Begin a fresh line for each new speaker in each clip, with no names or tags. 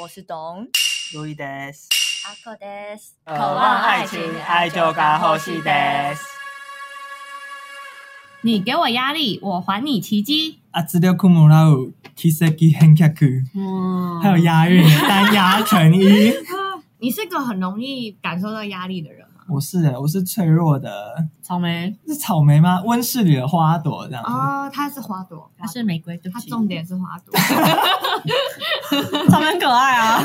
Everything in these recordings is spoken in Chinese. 我是董
路易德斯，
阿克德斯，
渴望爱情，爱就该呼吸德斯。
你给我压力，我还你奇迹。
啊，资料库姆拉鲁 Kiseki Henkaku，
嗯，
还有押韵，单押成一。
你是个很容易感受到压力的人吗？
我是我是脆弱的，
草莓
是草莓吗？温室里的花朵这样子。
哦，它是花朵，
他是玫瑰，对不
它
起。
重点是花 朵。
他们很可爱啊。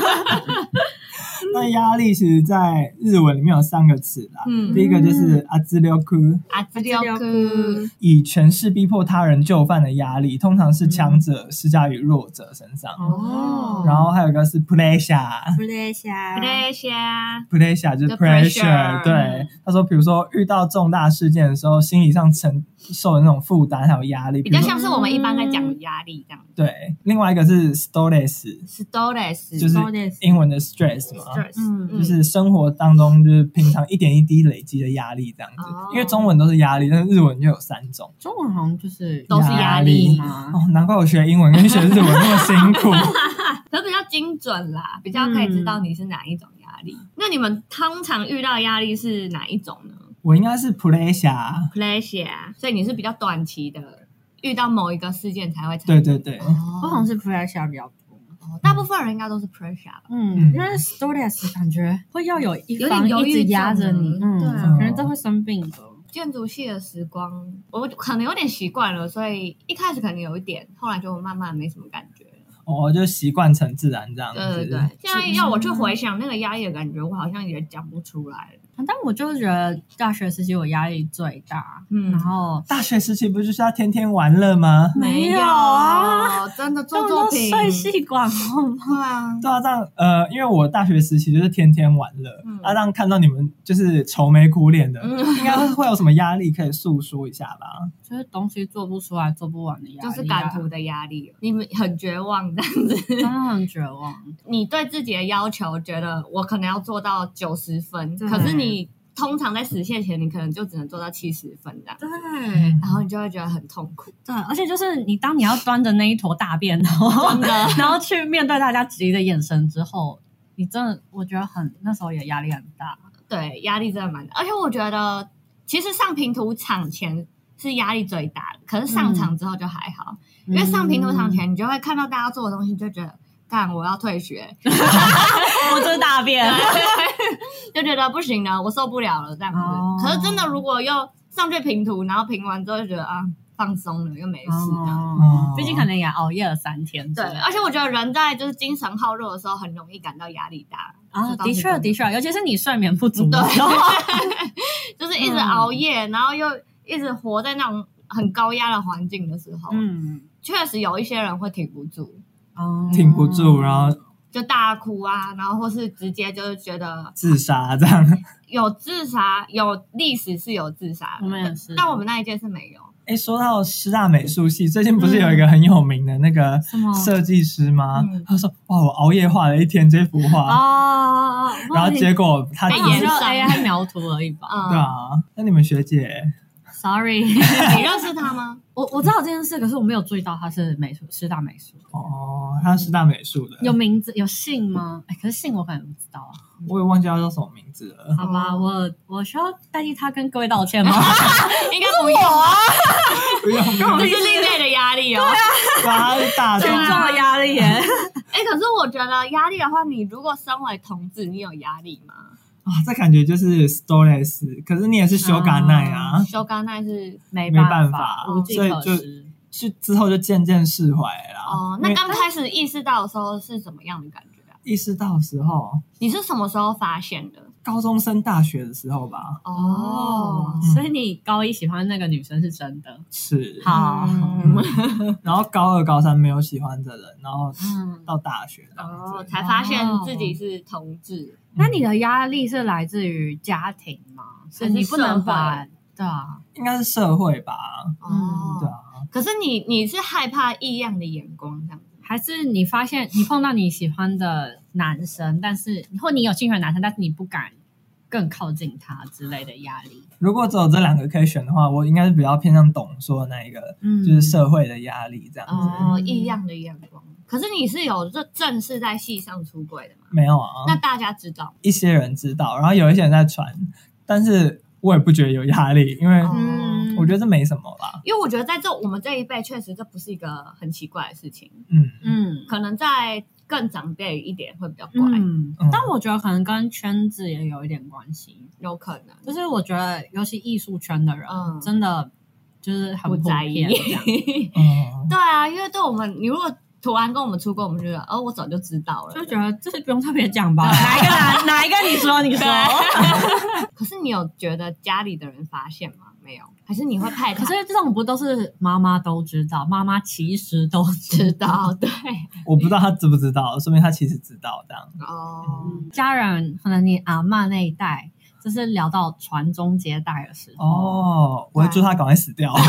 那压力其实，在日文里面有三个词啦。
嗯啊
第一个就是阿兹留库，
阿兹廖克，
以权势逼迫他人就范的压力，通常是强者施加于弱者身上。
嗯
哦
然后还有一个是 pressure，pressure
布雷夏，
啊
谢谢。
就是
The pressure 嗯
对，他说，比如说遇到重大事件的时候，心理上承受的那种负担还有压力，
比较
比如说
像是我们一般在讲的压力这样。
对。另外一个是 stress，
Stress，
就是英文的 stress 嘛。
stress，
嗯
就，是生活当中，就是平常一点一滴累积的压力这样子。
哦
因为中文都是压力，但是日文就有三种。
中文好像就是啊
都是压力
吗？
哦，难怪我学英文跟学日文那么辛 苦。
可比较精准啦，比较可以知道你是哪一种压力。那你们通常遇到压力是哪一种呢
我应该是 pressure，啊
？Pleasure，所以啊你是比较短期的，遇到某一个事件才会产
对
生。
对对，
哦，
我好像是 pressure 比较多。
哦大部分人应该都是 pressure 吧。
嗯
嗯，
因为 stress 感觉会要有一
有点
方
忧郁
一直压着
症
你，
嗯对
啊
可能都会生病的。
建筑系的时光，我可能有点习惯了，所以一开始可能有一点，后来就慢慢没什么感觉了。
我哦就习惯成自然这样子。
对对对，现在要我去回想那个压抑的感觉，我好像也讲不出来了。
但我就觉得大学时期我压力最大，
嗯
然后
大学时期不就是要天天玩乐吗？
没有啊，
真的做
根本
作
都
品，
睡系管好吗？
对啊，
对啊，这样呃，因为我大学时期就是天天玩乐，
嗯
啊，这样看到你们就是愁眉苦脸的，
嗯
应该会有什么压力可以诉说一下吧？
就是东西做不出来、做不完的压力、啊，
就是赶图的压力，你们很绝望这样
真
子。
的很绝望。
你对自己的要求，觉得我可能要做到九十分，
对
可是你通常在实现前，你可能就只能做到七十分这样，
对
然后你就会觉得很痛苦。
对，而且就是你当你要端着那一坨大便，然后
真的
然后去面对大家质疑的眼神之后，你真的我觉得很那时候也压力很大。
对，压力真的蛮大。而且我觉得，其实上平图场前是压力最大的，可是
嗯
上场之后就还好，因为上平图场前你就会看到大家做的东西，你就觉得干我要退学，
嗯我就是大便，
就觉得不行了，我受不了了这样子。
哦
可是真的，如果又上去平图，然后平完之后就觉得啊放松了，又没事这样。
哦毕竟可能也熬夜了三天之
对
类的。，
而且我觉得人在就是精神耗弱的时候，很容易感到压力大，
啊，
这倒
的
是
确
真的
的确，尤其是你睡眠不足的
对
时候，
就是一直
嗯
熬夜，然后又一直活在那种很高压的环境的时候，
嗯，
确实有一些人会挺不住，
哦
挺不住，然后
就大哭啊，然后或是直接就是觉得
自杀这样。
有自杀，有历史是有自杀的，
我们也是
但我们那一届是没有。
哎，说到师大美术系，最近不是有一个很有名的那个
什么
设计师吗？
嗯
他说：“哇，我熬夜画了一天这幅画，
哦，
然后结果他
哎
自
呀
己
也
延
就
对
上
AI 描图而已 吧。
嗯，
啊。”那你们学姐
Sorry，
你认识 他吗？
我我知道这件事，可是我没有注意到他是美术师大美术的，
哦，她是师大美术的，
有名字有姓吗？哎，可是姓我可能不知道啊。
我也忘记她叫什么名字了。
好吧，我我需要代替他跟各位道歉 吗？
应该不用啊，
不用，不用
这是另类的压力哦。
啊
她是大众
对啊
的压力耶，
哎、可是我觉得压力的话，你如果身为同志，你有压力吗？
啊，这感觉就是 stress。可是你也是修改奈啊，
修刚那是
没
没
办
办法
无计可
所以
施。哦
是之后就渐渐释怀了。
哦，那刚开始意识到的时候是怎么样的感觉啊？
意识到的时候，
你是什么时候发现的？
高中升大学的时候吧，
哦，
所以你高一喜欢那个女生是真的，
是。
好
嗯
然后高二、高三没有喜欢的人，然后
嗯。
到大学这样
哦，
子。
才发现自己是同志，
那你的压力是来自于家庭吗？
还
是
是
你不能
社
把对啊，
应该是社会吧？
哦，
对啊，
可是你你是害怕异样的眼光这样子，
还是你发现你碰到你喜欢的男生，但是或你有兴趣的男生，但是你不敢更靠近他之类的压力。
如果只有这两个可以选的话，我应该是比较偏向董说的那一个，
嗯
就是社会的压力这样子。
哦，异样的眼光。可是你是有这正式在戏上出轨的吗？
没有啊，
那大家知道，
一些人知道，然后有一些人在传，但是我也不觉得有压力，因为
哦
嗯，
我觉得这没什么啦。
因为我觉得在这我们这一辈，确实这不是一个很奇怪的事情，
嗯
嗯
可能在更长辈一点会比较怪，
嗯
嗯，
但我觉得可能跟圈子也有一点关系，
有可能。
就是我觉得尤其艺术圈的人
嗯
真的就是很
不
普
在意
遍这 样。
嗯，
对啊，因为对我们，你如果突然跟我们出轨，我们就觉得哦，我早就知道了。
就觉得这是不用特别讲吧，哪一个 哪哪一个你说你说，
可是你有觉得家里的人发现吗？没有，还是你会派他
可是这种不都是妈妈都知道，妈妈其实都
知
知道，
道？对
我不知道他知不知道，说明他其实知道这样。
嗯
哦，
家人可能你阿嬷那一代，就是聊到传宗接代的时候，
哦，我会祝他赶快死掉。
但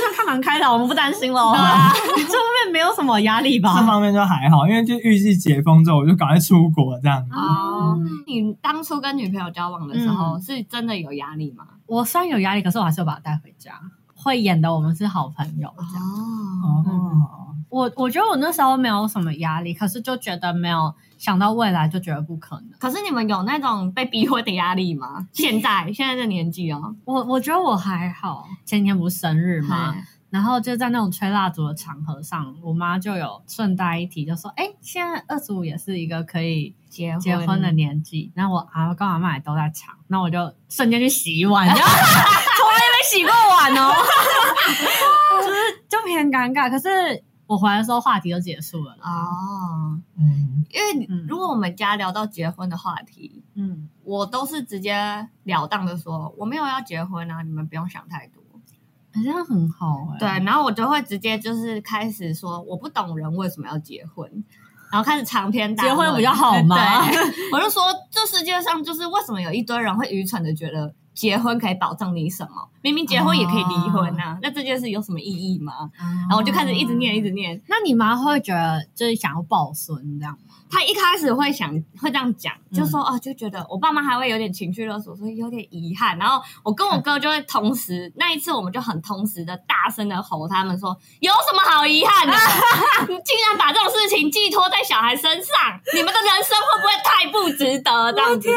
是看蛮开的，我们不担心喽， 这方面没有什么压力
这
吧？
方面就还好，因为就预计解封之后，我就赶快出国这样。
哦，
嗯
你当初跟女朋友交往的时候，是真的有压力吗？
我虽然有压力，可是我还是有把他带回家，会演的我们是好朋友这样。
哦，
哦，
我我觉得我那时候没有什么压力，可是就觉得没有想到未来，就觉得不可能。
可是你们有那种被逼婚的压力吗？现在现在这年纪哦，
我我觉得我还好，前天不是生日吗？
嗨
然后就在那种吹蜡烛的场合上，我妈就有顺带一提，就说：“哎，现在二十五也是一个可以
结
结婚的年纪。”然后我阿跟我阿妈也都在场，那我就瞬间去洗 碗，然后从来没洗过碗 哦，就是就偏尴尬。可是我回来的时候话题就结束了啦，
哦，
嗯，
因为
嗯
如果我们家聊到结婚的话题，
嗯，
我都是直截了当的说我没有要结婚啊，你们不用想太多。
好像很好哎、
对，然后我就会直接就是开始说我不懂人为什么要结婚，然后开始长篇大
结
论
婚比较好吗？
对我就说这世界上就是为什么有一堆人会愚蠢的觉得结婚可以保证你什么？明明结婚也可以离婚啊，那这件事有什么意义吗？
然
然后我就开始一直
哦
念一直念，
那你妈会觉得就是想要抱孙这样吗？
他一开始会想会这样讲，就说哦，就觉得我爸妈还会有点情绪勒索，说有点遗憾。然后我跟我哥就会同时、那一次，我们就很同时的大声的吼他们说，有什么好遗憾的？你竟然把这种事情寄托在小孩身上，你们的人生会不会太不值得？这样子。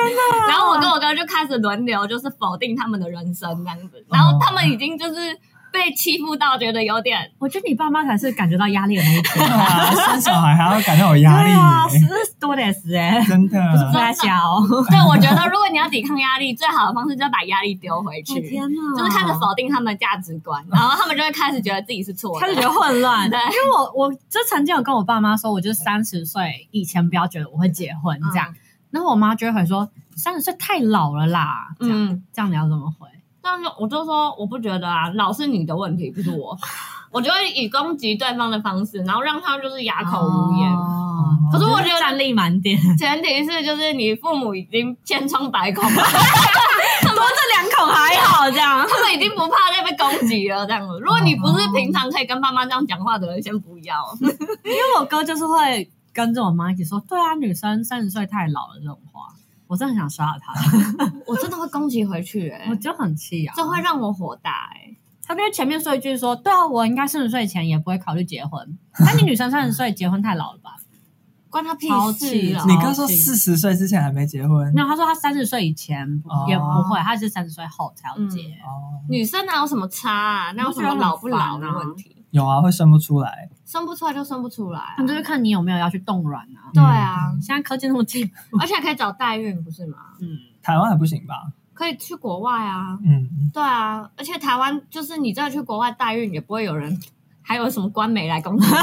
然后我跟我哥就开始轮流就是否定他们的人生这样子，然后他们已经就是被欺负到觉得有点
我觉得你爸妈才是感觉到压力的那一群。
对啊，生小孩还要感到有压力
对啊，
耶，
是多点是哎，
真的。
不是在 小。
对，我觉得如果你要抵抗压力，最好的方式就是把压力丢回 去。
哪啊
就是开始否定他们的价值观，然后他们就会开始觉得自己是错的，
开始觉得混乱。因
对
为我我就曾经有跟我爸妈说，我就是三十岁以前不要觉得我会结婚这样。然后我妈就会回说，三十岁太老了啦，这样、
嗯，
这样你要怎么回？
但是我就说我不觉得啊，老是你的问题，不是我，我就会以攻击对方的方式，然后让他就是哑口无言。
哦
可是我觉得
站立满 点，多
前提是就是你父母已经千疮百孔了，
这两口还好这 样。
他们已经不怕再被攻击了这样子。如果你不是平常可以跟爸妈这样讲话的人，先不要。
因为我哥就是会跟着我妈一起说，对啊，女生三十岁太老了这种话，我真的很想杀了 他，
我真的会攻击回去、欸，
我就很气啊。
这会让我火大、欸，
他就前面说一句说，对啊，我应该四十岁前也不会考虑结 婚，但你女生三十岁结婚太老了吧？
关他屁
超气
事啊！
你哥说四十岁之前还没结婚
没，有，他说他三十岁以前不
哦
也不会，他是三十岁后才要结。
哦，
女生哪有什么差啊？哪有什么老不老的问题？
有啊，会生不出来。
生不出来就生不出来、啊
那、，就是看你有没有要去冻卵啊。
对啊，
现在科技那么进步，
而且可以找代孕不是吗？
嗯，
台湾还不行吧？
可以去国外啊，
嗯，
对啊，而且台湾就是你真的去国外代孕也不会有人， 还有什么官媒来攻击你，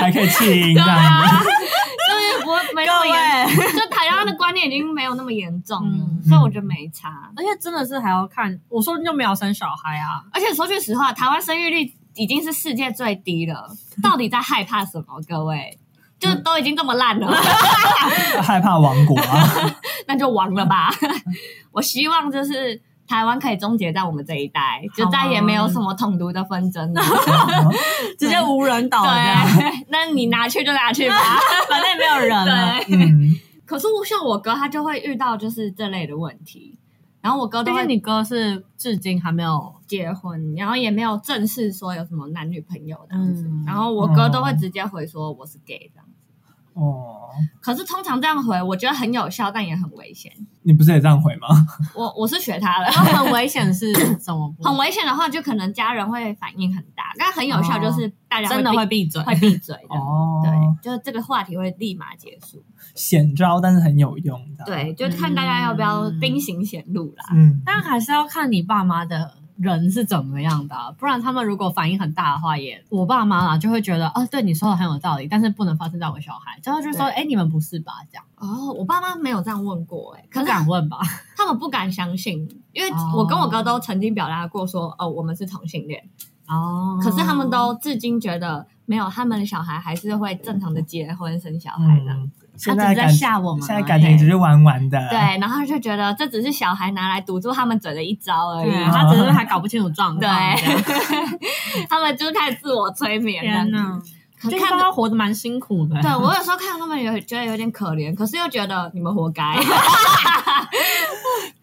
还可以弃 婴这
啊
样子。
就是不会没那么严，
各位，
就台湾的观念已经没有那么严重了，
嗯
所以我觉得没差。
而且真的是还要看，我说就没有生小孩啊，
而且说句实话，台湾生育率已经是世界最低了，到底在害怕什么？各位，就都已经这么烂了。
害怕亡国啊！
那就亡了 吧。我希望就是台湾可以终结在我们这一代，就再也没
啊
有什么统独的纷 争了。
直接 无人岛这样，
对，那你拿去就拿去吧，
反正也没有人了。啊
对。
嗯，
可是我像我哥，他就会遇到就是这类的问题。然后我哥
毕
都
竟
会
你哥是至今还没有，
结婚，然后也没有正式说有什么男女朋友这样子。
嗯
然后我哥都会直接回说我是 gay 这样子。
哦，
可是通常这样回，我觉得很有效，但也很危险。
你不是也这样回吗？
我我是 学他的，
然后很危险是什么部分？
很危险的话，就可能家人会反应很大，但很有效，就是大家
哦真的会
闭
闭嘴。
会闭嘴的。
哦，
对，就是这个话题会立马结束。
险招，但是很有用的。，
对，就看大家要不要
嗯
兵行险路啦。
嗯，
但还是要看你爸妈的人是怎么样的啊、不然他们如果反应很大的话也，我爸妈啦就会觉得，哦，对你说的很有道理，但是不能发生在我小孩，之后就说，
对
哎，你们不是吧？这样
哦，我爸妈没有这样问过哎、可
不
是
敢问吧？
他们不敢相信，因为
哦
我跟我哥都曾经表达过说，哦，我们是同性恋，
哦，
可是他们都至今觉得没有，他们的小孩还是会正常的结婚生小孩的。
嗯，
他
现
只
在
是在
感现
吓我们而已，
在感情只是玩玩的。
对，，然后就觉得这只是小孩拿来堵住他们嘴的一招而已
对，，啊
哦
他只是还搞不清楚状况。这样
对，他们就是开始自我催眠这样子。
天哪，
可
就是
看
看
着，
他活得蛮辛苦的。
对我有时候看他们有觉得有点可怜，可是又觉得你们 活该。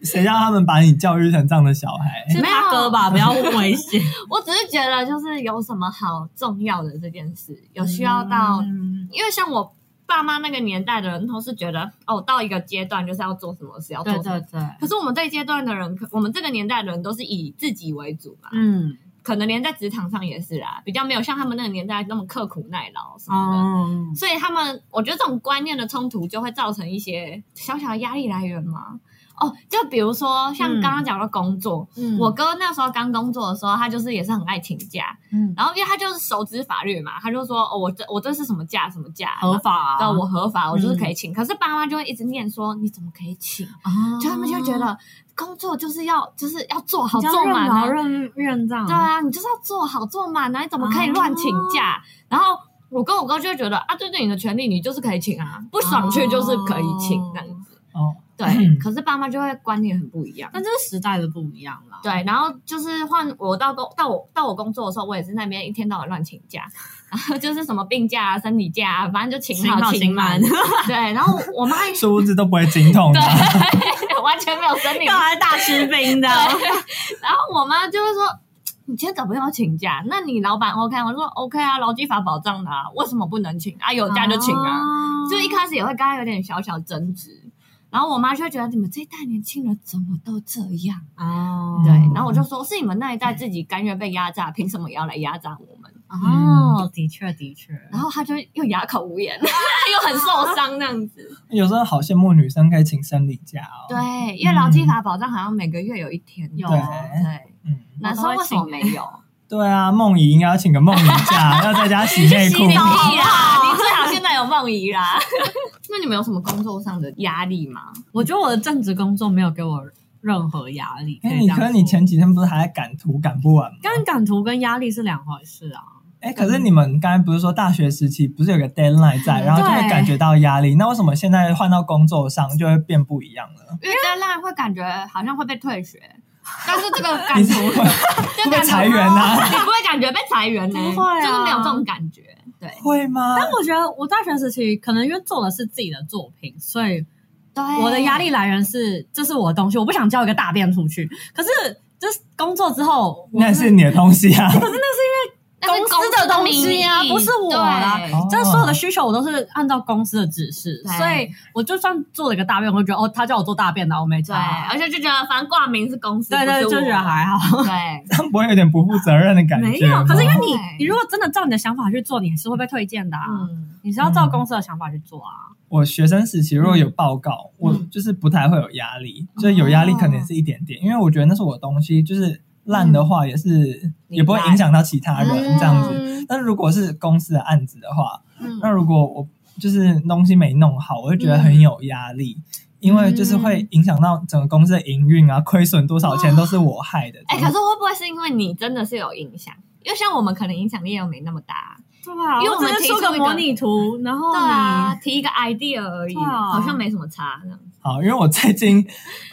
谁让他们把你教育成这样的小孩？
是他哥吧？不要危险，
我只是觉得就是有什么好重要的这件事， 有需要到
嗯
因为像我爸妈那个年代的人，都是觉得哦，到一个阶段就是要做什么事，要做
对
什么。
对对，
可是我们这一阶段的人，可我们这个年代的人都是以自己为主嘛，
嗯，
可能连在职场上也是啦，比较没有像他们那个年代那么刻苦耐劳什么的。
哦，
所以他们，我觉得这种观念的冲突就会造成一些小小的压力来源嘛。哦，就比如说像刚刚讲到工作，
嗯
我哥那时候刚工作的时候，他就是也是很爱请假，
嗯
然后因为他就是熟知法律嘛，他就说哦，我这我这是什么假什么假，
合法啊，
对我合法，我就是可以请。可是爸妈就会一直念说，你怎么可以请？
啊
就他们就觉得工作就是要就是要做好
你就要
做满啊，
任劳任任这样，
对啊，你就是要做好做满啊，你怎么可以乱请假？然后我跟我哥就会觉得啊，对对，你的权利你就是可以请啊，不爽去就是可以请
哦
这样子。
哦，
对，可是爸妈就会观念很不一样。
但这是时代的不一样啦。
对，然后就是换我到工到我到我工作的时候，我也是那边一天到晚乱请假， 然后就是什么病假啊、生理假啊，反正就请
请好
好
请
请满。
满
对，然后我妈
哎
也
殊不知都不会精通啊的。
对，完全没有生理。
还大吃冰 的
然后我妈就会说：“你今天怎么要请假？那你老板 OK？” 我说：“OK 啊，劳基法保障的、啊，为什么不能请啊？有假就请啊。
哦
就一开始也会跟她有点小小争执，然后我妈就会觉得你们这一代年轻人怎么都这样？
哦
对，然后我就说是你们那一代自己甘愿被压榨，凭什么也要来压榨我们？嗯
哦，的确的确，
然后她就又哑口无 言，又很受伤那样子。
有时候好羡慕女生可以请生理假哦。，
对，因为劳基法保障好像每个月有一天
有
对
对，
嗯，
男生为什么没有？
对啊，梦怡应该要请个梦怡 假，要在家洗内裤
去洗。澡
梦怡啦，你最好现在有梦怡啦。 那你们有什么工作上的压力吗？
我觉得我的正职工作没有给我任何压力。
哎，
以这
你
样
可是你
说
前几天不是还在赶图赶不完吗？
跟赶图跟压力是两回事啊。
哎，可是你们刚才不是说大学时期不是有个 deadline 在，然后就会
嗯对
感觉到压力？那为什么现在换到工作上就会变不一样了？
因为 deadline 会感觉好像会被退学，但是这个 感
你
觉
是会会
就感
被
觉
裁员啊？
你不会感觉被裁员呢、
不会啊
就是没有这种感觉。对
会吗？
但我觉得我大学时期可能因为做的是自己的作品，所以
对
我的压力来源是这是我的东西，我不想交一个大便出去。可是就是工作之后，我
那也是你的东西啊。
那是
公司的东西啊
名义
不是我啦
对
哦
这所有的需求我都是按照公司的指示，
对
所以我就算做了一个大便，我会觉得哦，他叫我做大便的，我没
对，
差。
而且就觉得反正挂名是公司，
啊对对，
不是
就
我
觉得还好。
对。
这样不会有点不负责任的感觉吗？
没有，可是因为你
对，
你如果真的照你的想法去做，你还是会被推荐的啊。
嗯，
你是要照公司的想法去做啊。
我学生时期如果有报告，我就是不太会有压力，就是有压力可能也是一点点，因为我觉得那是我的东西，就是烂的话也是、也不会影响到其他人
嗯
这样子。但如果是公司的案子的话，
嗯
那如果我就是东西没弄好，我就觉得很有压力。因为就是会影响到整个公司的营运啊，亏损多少钱都是我害的。
哎、可是会不会是因为你真的是有影响？因为像我们可能影响力又没那么大、
对吧？
因为
我
我们
只是出个模拟图，然后
对
哦
啊
你
啊，提一个 idea 而已，
对啊
好像没什么差这样子。
好，因为我最近，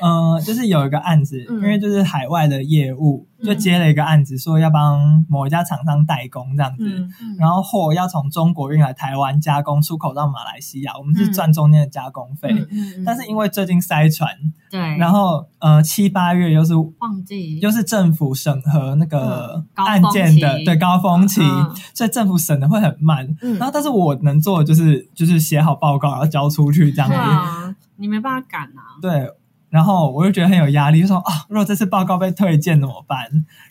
呃，就是有一个案子，
嗯
因为就是海外的业务，就接了一个案子，说要帮某一家厂商代工这样子，
嗯
然后货要从中国运来台湾加工，出口到马来西亚，我们是赚中间的加工费。
嗯
嗯
但是因为最近塞船，
对，
然后呃七八月又是
忘记
又是政府审核那个
嗯
案件
高
的
峰期
对高峰期
嗯，
所以政府审的会很慢。
嗯
然后，但是我能做的就是就是写好报告，然后交出去这样
对
子。
啊，
你没办法赶啊，
对，然后我就觉得很有压力，就说啊，如果这次报告被推荐怎么办？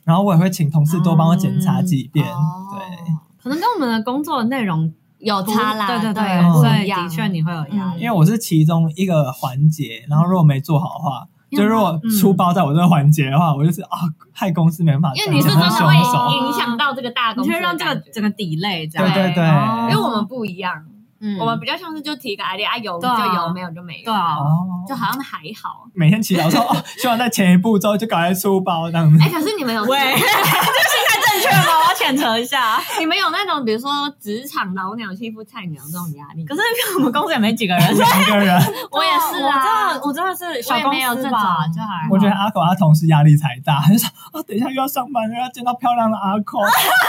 然后我也会请同事多帮我检查几遍。
哦
对，
可能跟我们的工作内容
有
不
差啦，
对对
嗯
哦
对，所以的确
你
你会有压力。
因为我是其中一个环节，然后如果没做好的话。
嗯
就如果出包在我这个环节的话，我就是啊，害公司没办法
因
赚
为
钱，
你是真的
很
会
凶手。
影响到这个大公
你
司
就
嗯的
会
感
让这
觉，
个整个底类这
对
样，
对对，
哦
因为我们不一样，
嗯
我们比较像是就提个 idea 啊，有就
对啊
有，没有就没有
对，啊，
哦
就好像还好。
每天祈祷说哦，希望在前一步之后就赶快出包这样子
哎，。可是你们有
嗯 喂，这心态正确吗？我要谴责一下。
你们有那种比如说职场老鸟欺负菜鸟这种压力吗？
可是我们公司也没几个人，
两个人，
我也是啊，
我真的我真的是
我
小
也
公
没有
司
这
吧，
种
就还好
我觉得阿狗他同事压力才大，他就说哦，等一下又要上班，又要见到漂亮的阿狗，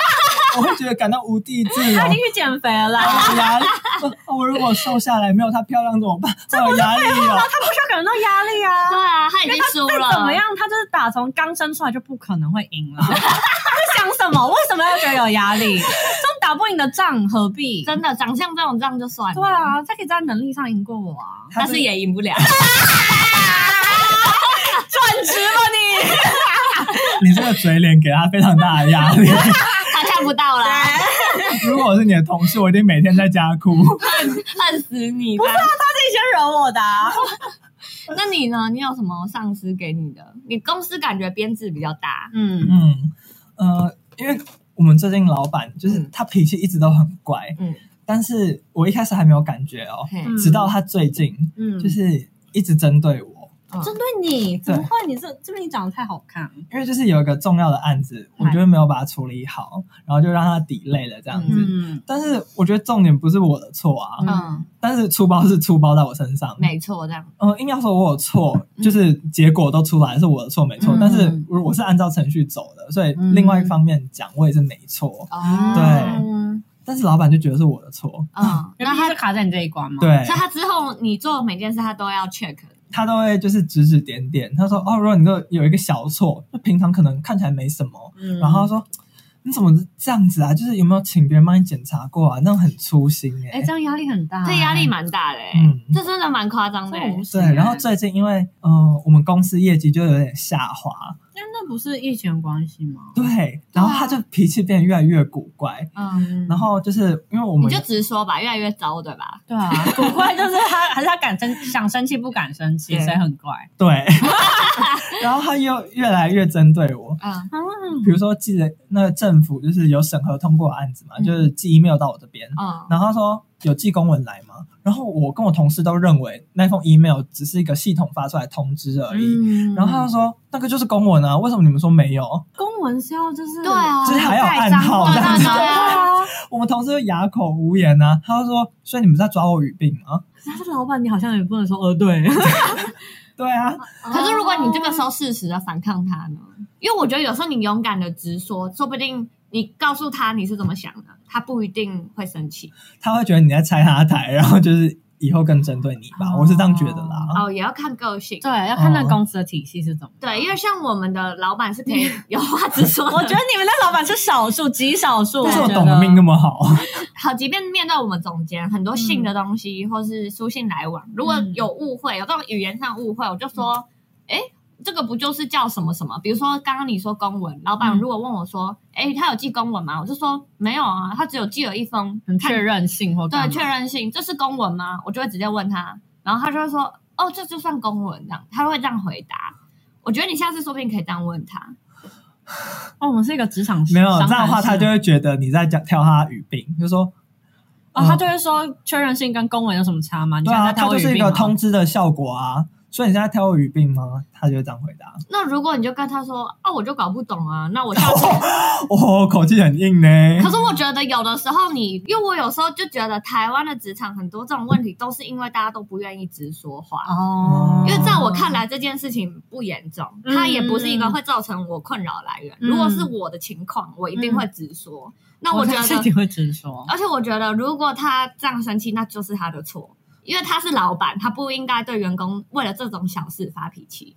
我会觉得感到无地自 容
他已。经去减肥了啦，
我有压力，哦我如果瘦下来没有她漂亮怎么办？我有压力 哦。
他不需要感到压力啊。
对啊，他已经输
再
了，
怎么样，他就是打从刚生出来就不可能会赢 了。他在想什么？为什么要觉得有压力？这种打不赢的仗何必？
真的长相这种仗就算了，
对，啊，他可以在能力上赢过我啊！
但是也赢 不了。
转职吧你！
你这个嘴脸给她非常大的压力。
他看不到啦，
如果我是你的同事，我一定每天在家哭。
恨死你吧！
他自己先惹我的啊、
那你呢？你有什么上司给你的？你公司感觉编制比较大，
嗯
嗯， 呃，因为我们最近老板就是他脾气一直都很怪，
嗯
但是我一开始还没有感觉哦，
嘿
嗯
直到他最近
嗯，
就是一直针对我。
哦
针对你，怎么会？你这这边你长得太好看，
因为就是有一个重要的案子，我
嗯
觉得没有把它处理好，然后就让它 delay 了这样子。
嗯，
但是我觉得重点不是我的错啊，
嗯
嗯，
但是出包是出包在我身上。
没错，这样，
嗯、硬要说我有错，就是结果都出来是我的错没错，
嗯
但是我我是按照程序走的，所以
嗯
另外一方面讲我也是没错。
哦
对，但是老板就觉得是我的
哦
错，
嗯，
那
那
他
他
是，卡在你这一关吗？，
对
所以他之后你做每件事他都要 check，
他都会就是指指点点，他说哦，如果你这有一个小错，就平常可能看起来没什么，
嗯
然后他说：“你怎么这样子啊？就是有没有请别人帮你检查过啊？那种很粗心哎、
哎、这样压力很大、哎
这压力蛮大的欸，
嗯
这真的蛮夸张的欸。
这我不行
对
欸、，
然后最近因为呃，我们公司业绩就有点下滑，
那那不是疫情关系吗？
对，然后他就脾气变得越来越古怪。
嗯，
然后就是因为我
你
们
就直说吧，越来越糟，对吧？
对啊，古怪就是他，还是他敢生想生气不敢生气，
对
所以很怪。
对， 然后他又越来越针对我。
嗯
比如说寄了那个政府就是有审核通过的案子嘛，
嗯
就是寄 email 到我这边，
嗯，
然后他说有寄公文来吗？然后我跟我同事都认为那封 email 只是一个系统发出来通知而已，
嗯
然后他就说那个就是公文啊，为什么你们说没有？
公文是要就是
对啊
就是还有
盖
暗
章
号
的
这样
子
对啊，
我们同事就哑口无言啊。他就说，所以你们在抓我语病吗？
但是老板你好像也不能说呃对，
对啊，
可是如果你这个时候适时的反抗他呢？因为我觉得有时候你勇敢的直说，说不定你告诉他你是怎么想的，他不一定会生气。
他会觉得你在拆他台，然后就是以后更针对你吧，
哦
我是这样觉得啦。
哦，也要看个性。
对，啊要看那公司的体系是怎么。
对，因为像我们的老板是 可以有话直说的。
我觉得你们那老板是少数，极少数。
但是
我
我
觉得
懂得命那么好，
好，即便面对我们总监
嗯
很多信的东西，或是书信来往，如果有误会，有这种语言上误会，我就说，
嗯
哎、这个不就是叫什么什么？比如说刚刚你说公文，老板
嗯
如果问我说，哎、他有寄公文吗？我就说没有啊，他只有寄了一封
很
看
确认性或干
对
嘛
确认信，这是公文吗？我就会直接问他，然后他就会说，哦，这就算公文这样，他会这样回答。我觉得你下次说不定可以这样问他，
哦，我们是一个职场
没有
商谈
这样的话，
式
他就会觉得你在讲挑他语病，就说
哦，他就会说确认性跟公文有什么差吗？你
嗯对
现在
啊，
在挑我
他就
语
是一
病
个
吗
通知的效果啊。所以你现在挑我语病吗？他就会这样回答。
那如果你就跟他说啊，我就搞不懂啊，那我下次。
哦，口气很硬呢。
可是我觉得有的时候你，因为我有时候就觉得台湾的职场很多这种问题，都是因为大家都不愿意直说话。
哦
因为在我看来，这件事情不严重，
嗯
它也不是一个会造成我困扰的来源。
嗯
如果是我的情况，我一定会直说。那我觉
自
得，
己会直说，
而且我觉得，如果他这样生气，那就是他的错，因为他是老板，他不应该对员工为了这种小事发脾气。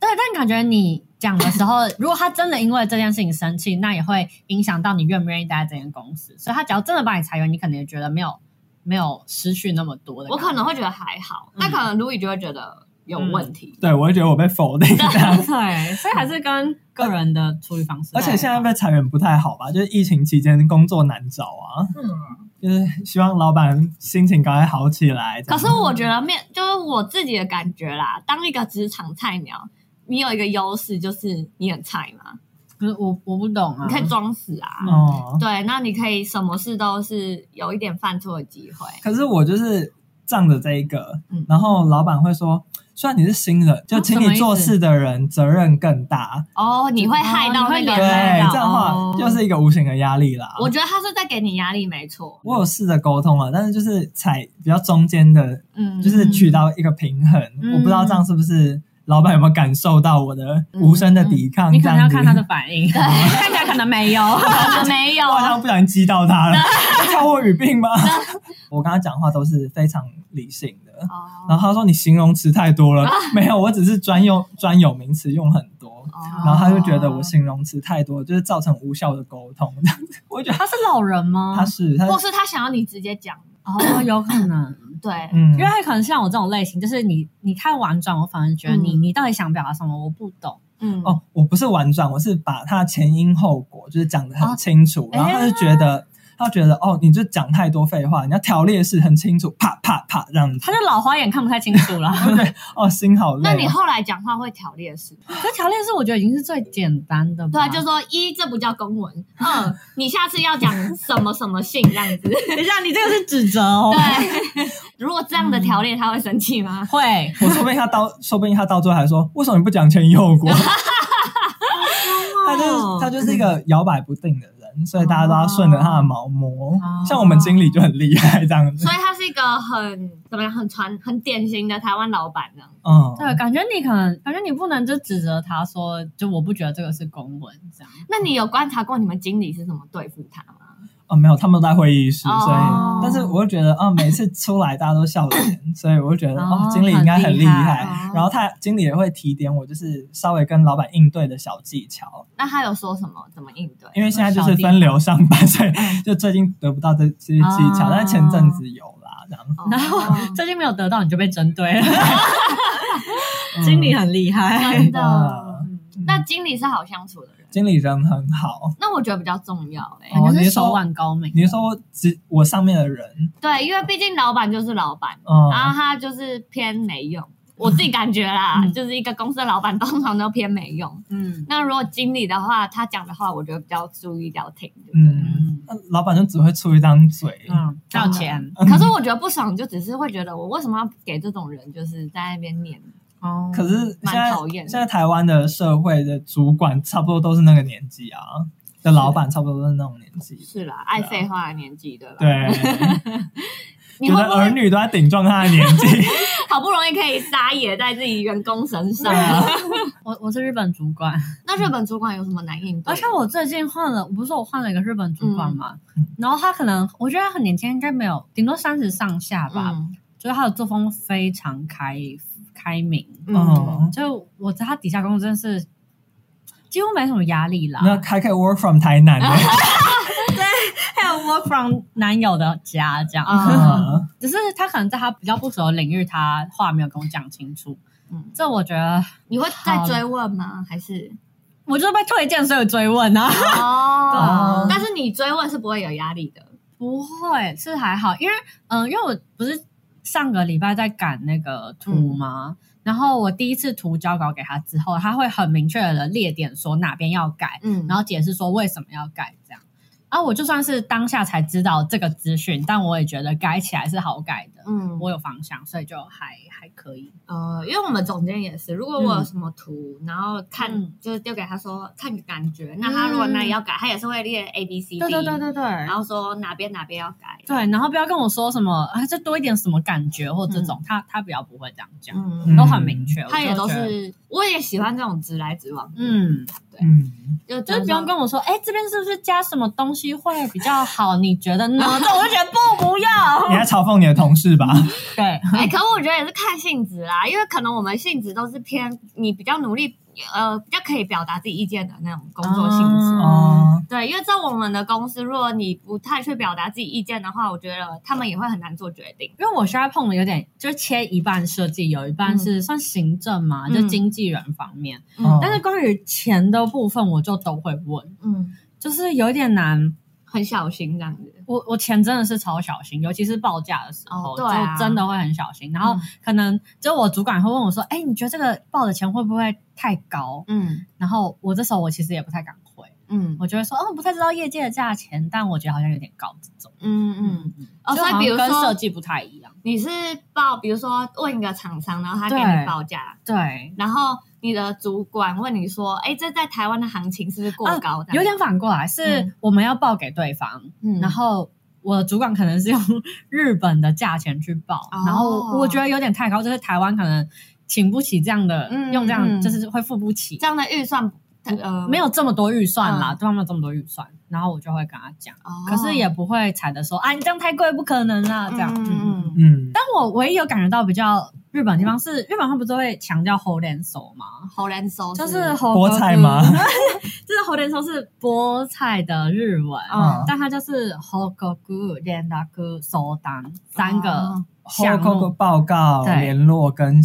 对，但感觉你讲的时候，如果他真的因为这件事情生气，那也会影响到你愿不愿意待在这间公司。所以他只要真的把你裁员，你可能也觉得没有没有失去那么多的
我
感觉。
可能会觉得还好，
啊嗯
但可能 Louis 就会觉得有问题。
对，我会觉得我被否定这样。
对，所以还是跟个人的处理方式。
而且现在被裁员不太好吧？就是疫情期间工作难找啊，
嗯，
就是希望老板心情赶快好起来。这
可
样
是我觉得面就是我自己的感觉啦，当一个职场菜鸟，你有一个优势就是你很菜嘛，
可是我我不懂
嗯
啊，
你可以装死啊。
哦，
对，那你可以什么事都是有一点犯错的机会。
可是我就是仗着这一个
嗯，
然后老板会说，虽然你是新人，就请
啊什么
你
意思
做事的人责任更大。
哦，你会害到那
你
个
会
对，
原来啊
这样的话
哦
又是一个无形的压力啦。
我觉得他是在给你压力，没错。
我有试着沟通了，但是就是踩比较中间的，
嗯，
就是取到一个平衡。
嗯
我不知道这样是不是老板有没有感受到我的无声的抵抗？
嗯你可能要看他的
这样子
反应， 看起来可能没有。
可能没有
我。好像不小心激到他了，他挑我语病吧。 我跟他讲话都是非常理性的，然
哦，
后他说你形容词太多
啊
了， 没有，我只是专用专有名词用很多。
哦
然后他就觉得
哦
我形容词太多，就是造成无效的沟通。 这样子我觉 得
他是老人吗？
他是他
或是他想要你直接讲，
哦，有可能，
对，
嗯
因为，他可能像我这种类型，就是你你太婉转，我反而觉得你、
嗯
你到底想表达什么，我不懂。
嗯，
哦，我不是婉转，我是把他的前因后果就是讲的很清
哦
楚，然后他就觉得。他觉得哦，你就讲太多废话，你要条列式很清楚，啪啪啪这样子。
他就老花眼看不太清楚了。
哦，心好累、
那
啊。
你后来讲话会条列式？
可条列式我觉得已经是最简单的吧，
对啊，就说一这不叫公文，二你下次要讲什么什么信这样子。
等一下，你这个是指责 哦。
对， 如果这样的条列，他会生气
嗯
吗？
会，
我说不定他到，说不定他到最后还说，为什么你不讲前因后果？ 他就是他就是一个摇摆不定的人，所以大家都要顺着他的毛摸。像我们经理就很厉害这样子
所，以他是一个很怎么样，很传很典型的台湾老板这样子。
嗯，
对，感觉你可能感觉你不能就指责他说，就我不觉得这个是公文这样。
那你有观察过你们经理是怎么对付他吗？
哦，没有，他们都在会议室，
哦
所以，但是我就觉得，啊，每次出来大家都笑脸，所以我就觉得，
哦
哦，经理应该很厉
很厉
害
害。
然后他经理也会提点我，就是稍微跟老板应对的小技巧，
那他有说什么？怎么应对？
因为现在就是分流上班，所以就最近得不到这些技巧
哦，
但是前阵子有啦，这样。
哦
然后最近没有得到，你就被针对了。 经理很厉害，
真的，那经理是好相处的人，
经理人很好。
那我觉得比较重要哎、
哦
感觉
你
是
是
手
说
腕高明。
你说只我上面的人，
对，因为毕竟老板就是老板，
嗯，
然后他就是偏没用。我自己感 觉啦，
嗯
就是一个公司的老板通常都偏没用。
嗯
那如果经理的话，他讲的话，我觉得比较注意要听，对不对？
嗯，那老板就只会出一张嘴，
嗯，要钱
可是我觉得不爽，就只是会觉得我为什么要给这种人就是在那边念？
哦
可是现在
蛮讨厌的
现在台湾的社会的主管差不多都是那个年纪啊，的老板差不多都是那种年纪，
是啦，爱废话的年纪，对吧？
对，
你
觉
会
得
不
儿
会
女都在顶撞他的年纪，
好不容易可以撒野在自己员工身上？
哦 啊我我是日本主管，
那日本主管有什么难应 对？
而且我最近换了，我不是说我换了一个日本主管嘛，
嗯
然后他可能我觉得他很年轻，应该没有，顶多三十上下吧，
嗯
就是他的作风非常开开明，
嗯，
就我在他底下工作真的是几乎没什么压力啦，
那还可以 work from 台南的，
还有 work from 男友的家这样，
啊，
嗯
只是他可能在他比较不熟的领域，他话没有跟我讲清楚，
嗯
这我觉得
你会再追问吗？还是
我就是被推荐，所以追问啊。
哦
对
但是你追问是不会有压力的。
不会，是还好，因为嗯、因为我不是上个礼拜在赶那个图吗？然后我第一次图交稿给他之后，他会很明确的列点说哪边要改，
嗯
然后解释说为什么要改这样。啊，我就算是当下才知道这个资讯，但我也觉得改起来是好改的。
嗯
我有方向，所以就还还可以。
呃，因为我们总监也是，如果我有什么图，然后看、
嗯
就是丢给他说看感觉，那他如果哪里要改，他也是会列 A B C D，
对对对对对。
然后说哪边哪边要改，
对，然后不要跟我说什么啊，这多一点什么感觉或这种，他他比较不会这样讲，
嗯，
都很明确。
他也
我就
都
觉得，
是，我也喜欢这种直来直往，，
嗯，
嗯，
就
就是不用
跟
跟我说，哎，这边是不是加什么东西会比较好？你觉得呢？ 这我就觉得不不要。
你在嘲讽你的同事吧？
对，
哎、可我觉得也是看性质啦，因为可能我们性质都是偏你比较努力，呃，比较可以表达自己意见的那种工作性质。
哦
哦，
对，因为在我们的公司，如果你不太去表达自己意见的话，我觉得他们也会很难做决定。
因为我现在碰的有点，就是切一半设计，有一半是算行政嘛，
嗯
就经纪人方面。
嗯
但是关于钱的部分，我就都会问，
嗯，
就是有一点难。
很小心这样子。
我我钱真的是超小心，尤其是报价的时候，
哦对啊嗯
就真的会很小心。然后可能就我主管会问我说：“哎、你觉得这个报的钱会不会太高
嗯？”
然后我这时候我其实也不太敢回，
嗯
我就会说：“哦，不太知道业界的价钱，但我觉得好像有点高。”这种，
嗯嗯。
嗯，
哦，
就
所
好
以
像
比如
跟设
说
计不太一样，
你是报，比如说问一个厂商，然后他给
对
你报价，
对，
然后你的主管问你说：“哎，这在台湾的行情是不是过
啊
高的？”
有点反过来，是
嗯
我们要报给对方，
嗯，
然后我主管可能是用日本的价钱去报，
哦
然后我觉得有点太高，就是台湾可能请不起这样的，
嗯
用这样
嗯
就是会付不起
这，样的预算，呃，
没
有，
有这么多预算
哦
啦，对方没有这么多预算，然后我就会跟他讲，可是也不会踩着说啊你这样太贵，不可能啦，这样，
嗯
嗯嗯。
嗯嗯
嗯，
但我唯一有感觉到比较日本的地方是，日本他不是会强调 hold and s o 吗？
猴人手
就是
菠菜吗
就是猴莲说是菠菜的日文，
嗯
但它就是猴狗菇、莲达菇、手当三个
哦
项
后
目
个报告、
对
联络跟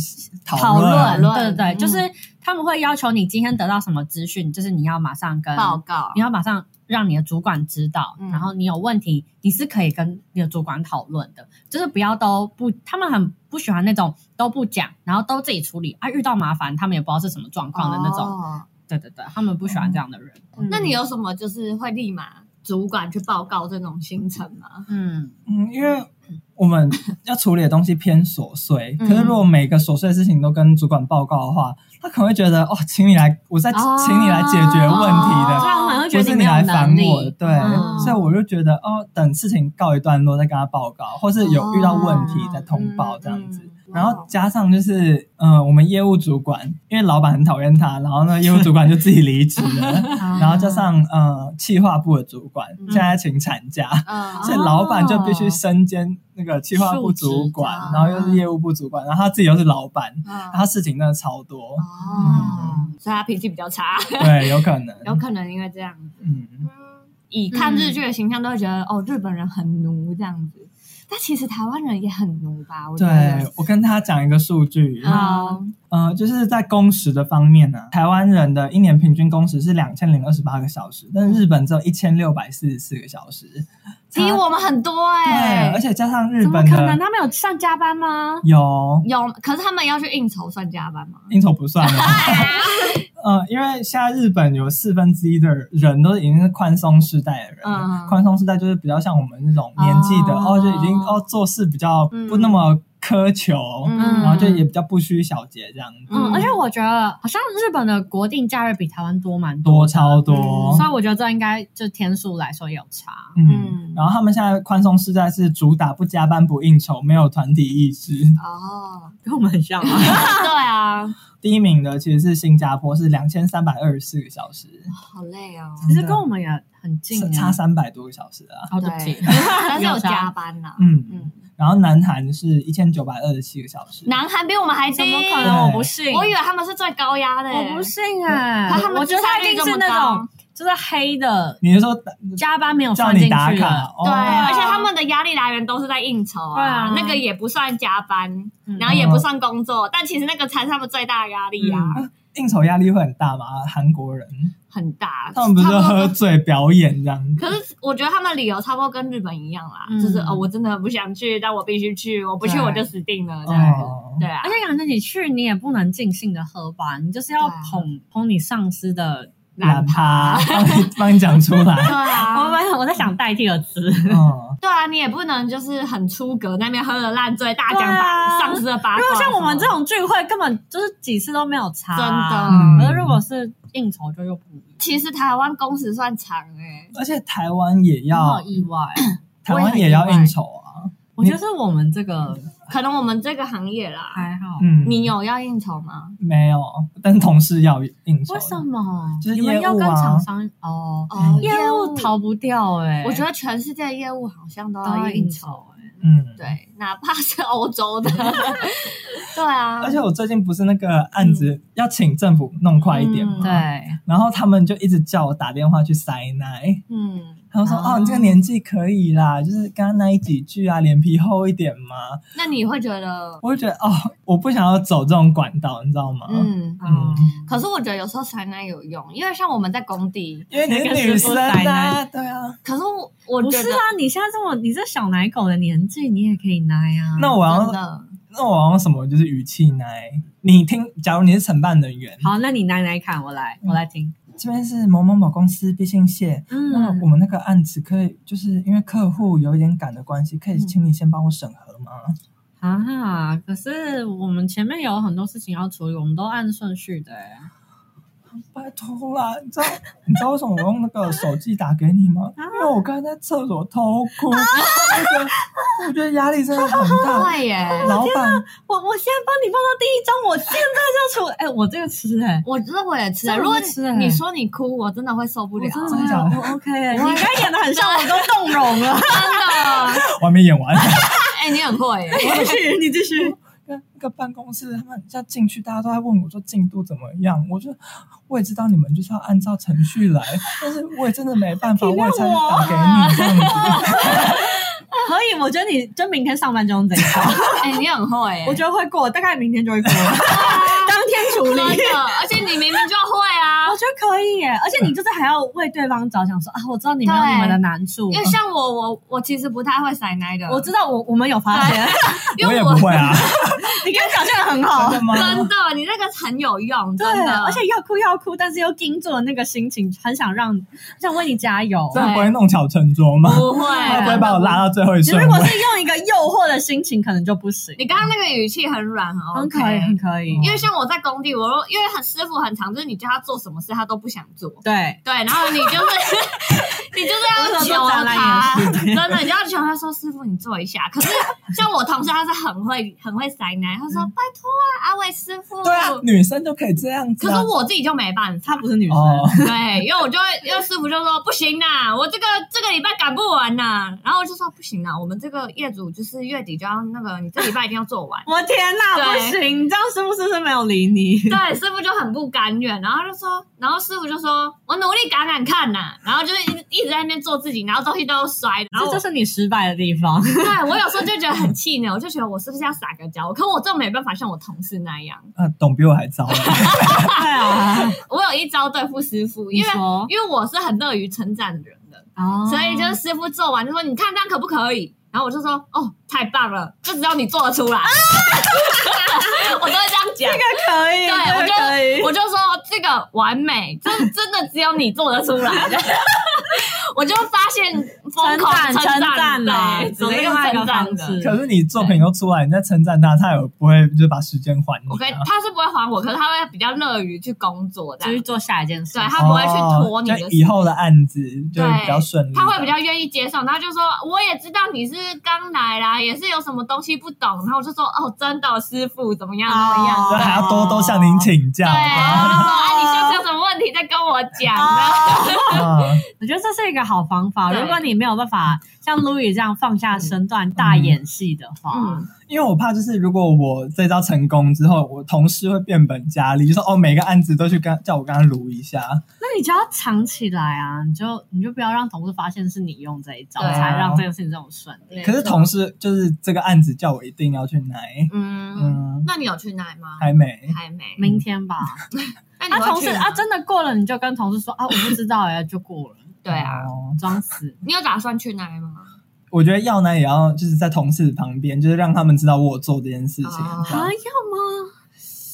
讨论，
论，
论
对对对，
嗯
就是他们会要求你今天得到什么资讯，就是你要马上跟，
报告
你，要马上让你的主管知道，
嗯
然后你有问题，你是可以跟你的主管讨论的，就是不要都不，他们很不喜欢那种都不讲，然后都自己处理啊，遇到麻烦他们也不知道是什么状况的那种，
哦嗯
对对对，他们不喜欢这样的人。嗯
那你有什么就是会立马主管去报告这种行程吗？
嗯，
嗯，因为我们要处理的东西偏琐碎，
嗯
可是如果每个琐碎的事情都跟主管报告的话，他可能会觉得哦，请你来，我在
哦
请你来解决问题的，
所以他们会觉
不
得
是
你没
你
有
来
能
烦
力。
我的。对，
嗯
所以我就觉得哦，等事情告一段落再跟他报告，或是有遇到问题再通报这样子。
嗯。嗯
然后加上就是，嗯、我们业务主管，因为老板很讨厌他，然后呢，业务主管就自己离职 了，然后加上呃，企划部的主管
嗯
现在请产假，
嗯，
所以老板就必须身兼那个企划部主管
述职，啊
然后又是业务部主管，然后他自己又是老板，
嗯
他事情真的超多，
哦，
嗯
所以他脾气比较差，
对，有可能，
有可能因为这样。
嗯，
以看日剧的形象都会觉得、哦，日本人很奴这样子，但其实台湾人也很奴吧？我觉
对
得，
我跟他讲一个数据，
嗯好，
呃，就是在工时的方面呢、台湾人的一年平均工时是两千零二十八个小时，但是日本只有一千六百四十四个小时，
比我们很多
对，
哎、
而且加上日
怎么
本
可能？
的
他们有上加班吗？
有
有，可是他们要去应酬算加班吗？
应酬不算 了。呃，因为现在日本有四分之一的人都已经是宽松世代的人了，
嗯
宽松世代就是比较像我们这种年纪的，
哦
哦，就已经哦做事比较不那么苛求，
嗯
然后就也比较不拘小节这样子，
嗯，
嗯
而且我觉得好像日本的国定假日比台湾多蛮
多
的
超多。
嗯所以我觉得这应该就天数来说也有差。
嗯，然后他们现在宽松世代是主打不加班、不应酬、没有团体意识。
哦，
跟我们很像
对
啊。
啊，
第一名的其实是新加坡，是两千三百二十四个小时，
好 累哦。
其实跟我们也很近啊，
差三百多个小时啊。
哦，对不起
对，但是有加班呐、
嗯
嗯，
然后南韩是一千九百二十七个小时，
南韩比我们还低，
怎么可能？我不信，
我以为他们是最高压的、
我不信哎，
他们
我觉得他一定是
自杀
那
率这么
种就是黑的
你是说
加班没有
叫
算进
你打
去
卡
的，？
哦
对，
啊
而且他们的压力来源都是在应酬
对啊
那个也不算加班，
嗯
然后也不算工作，但其实那个才是他们最大的压力啊，
应酬压力会很大吗？韩国人
很大。
他们不是
差
喝
多
醉表演这样子？
可是我觉得他们理由差不多跟日本一样啦，
嗯
就是哦，我真的不想去，但我必须去，我不去
对
我就死定了，这样子。
哦，
对啊
而，且感觉你去，你也不能尽兴的喝吧，你就是要
对啊
捧捧你上司的
懒趴，帮你 帮你讲出来
哎
对。啊，
我们我在想代替的词，
嗯，
对啊，你也不能就是很出格，那边喝了烂醉，大讲
对
把、
啊
丧尸的八卦
如
什
果像
么的。
我们这种聚会，根本就是几次都没有差、
真的
嗯
嗯
可是如果是应酬，就又不一样。
其实台湾工时算长哎、
而且台湾也要
好，意 外，
台湾也要应酬啊。
我觉得是我们这个
可能我
嗯
们这个行业啦。
还好。
嗯，
你有要应酬吗？
没有？但是同事要应酬。
为什么？
就是
你们
业务啊
要跟厂商哦，
哦
嗯
业务逃不掉哎、
我觉得全世界的业务好像都
都
要
要
应
应
酬，
酬哎、
嗯，。
对，哪怕是欧 洲的，对啊，
而且我最近不是那个案子要请政府弄快一点嘛，
嗯
对，
然后他们就一直叫我打电话去塞奶，
嗯，
他们说：“
哦
哦，你这个年纪可以啦，就是跟他奶几句啊，脸皮厚一点嘛。
那你会觉”得，
我就觉得哦，我不想要走这种管道，你知道吗？
嗯，
嗯
可是我觉得有时候塞奶有用，因为像我们在工地，
因为你是女生啊，对啊。
可是我我
不
觉
是
得
啊，你现在这么你这小奶狗的年纪，你也可以奶啊。
那我
真
要
的
那我要用什么？就是语气奶。你听，假如你是承办人员，
好，那你奶奶看，我来，我来听。
这边是某某某公司毕信谢，那我
嗯，
们那个案子可以，就是因为客户有一点赶的关系，可以请你先帮我审核吗？
啊，可是我们前面有很多事情要处理，我们都按顺序的、欸。
拜托啦，你知道你知道为什么我用那个手机打给你吗？
啊
因为我刚才在厕所偷哭，我觉得我觉得压力真的很大。
会耶。
老板，
我我现在帮你放到第一张，我现在就出，哎、我这个吃哎、
我真的我也吃
真
欸，
的
如果
吃欸
你说你哭，我真的会受不
我
了，
真
真
的
的
没有我 OK 哎、你刚才演的很像，我都动容了。。
我还没演完。
哎，你很会耶，
继续，你继续。
跟那个办公室，他们要进去，大家都在问我说进度怎么样。我就我也知道你们就是要按照程序 来，但是我也真的没办法，
体
我
谅
也才
我
打给你这样子。
可以，我觉得你就明天上班就用这一套，
哎，你很会耶，
我觉得会过，大概明天就会过，当天处理。
真的，而且你明明就会啊
我。觉得可以耶，而且你就是还要为对方着想，说啊，我知道你们有
对
你们的难处
因，为像我，我我其实不太会塞奶的，
我知道我我们有发现，
因
我
为
也
我
不会啊，
你刚才表现的很好
真，的吗？
真的，你那个很有用，
对
真，的，
而且要哭要哭，但是又盯住了那个心情，很想让很想为你加油。
真的不会弄巧成拙吗？
不会，啊
他不会把我拉到最后一
其实
顺
如果
位？
是用一个诱惑的心情，可能就不行。
你刚刚那个语气很软，很 OK
很可以，很可
嗯
以。
因为像我在工地，我若因为很师傅很长，就是你叫他做什么事，他都不想做。
对，
对，然后你就是你就是 要求他，
我
真的你就要求他说师傅你做一下。可是像我同事，他是很会很会塞奶，他说拜托啊，阿伟师傅。
嗯对啊，女生就可以这样子
可
啊
是。我自己就没办法。
她不是女生，
哦，
对，因为我就会，因为师傅就说不行呐、我这个这个礼拜赶不完呐、然后我就说不行呐、我们这个业主就是月底就要那个，你这礼拜一定要做完。
我天哪，不
对
行！这样师傅是不是没有理你？
对，师傅就很不甘愿，然后就说，然后师傅就说，我努力赶赶看呐、然后就是一直一直在那边做自己，然后东西都摔，然后
这
我
就是你失败的地方。
对我有时候就觉得很气馁，我就觉得我是不是要撒个娇？可我真的没办法像我同事那样，
啊，懂比我还 糟。
对啊，
我有一招对付师傅，因为
你说
因为我是很乐于称赞人的，
哦
哦所以就是师傅做完就说，你看这样可不可以？然后我就说，哦，太棒了，就只要你做得出来， 我都会这样讲
这。个可以， 这
对，
个
我
可以
就我就说这个完美，这真的只有你做得出来。 我就发现疯狂
称赞
称
称赞啦
对，
只
只
是
能
另
用
外一个
称赞
方式
的。
可是你作品都出来，你再称赞他，他也不会就是把时间还你
我跟
啊。
他是不会还我，可是他会比较乐于去工作这
就去
样，
做下一件事。
对他不会去拖你的
哦就以后的案子就是比较顺利，
他会比较愿意接受。然后就说我也知道你是刚来啦，也是有什么东西不懂。然后我就说哦，真的师傅怎么样怎 么样。
哦
就还要多多向您请教
对，然后
啊。
就说哎，你下次有什么问题再跟我讲。啊
哦
嗯
我觉得这是一个好方法。
对
如果你没有办法像 Louis 这样放下身段大演戏的话，
嗯，
因为我怕就是如果我这招成功之后，我同事会变本加厉，就说哦每个案子都去跟叫我跟他撸一下，
那你就要藏起来啊！你就你就不要让同事发现是你用这一招，
对啊
才让这件事情这种顺利。
可是同事就是这个案子叫我一定要去奶，
嗯，
嗯，
那你有去奶吗？
还没，
还没。
明天吧，
那你
啊，
会
同
去
事
吗
啊，真的过了，你就跟同事说啊，我不知道哎、就过了，
对啊，
哦
装死。
你有打算去哪里吗？
我觉得要呢也要就是在同事旁边，就是让他们知道我有做这件事情，
哦
这
啊，要
样
吗？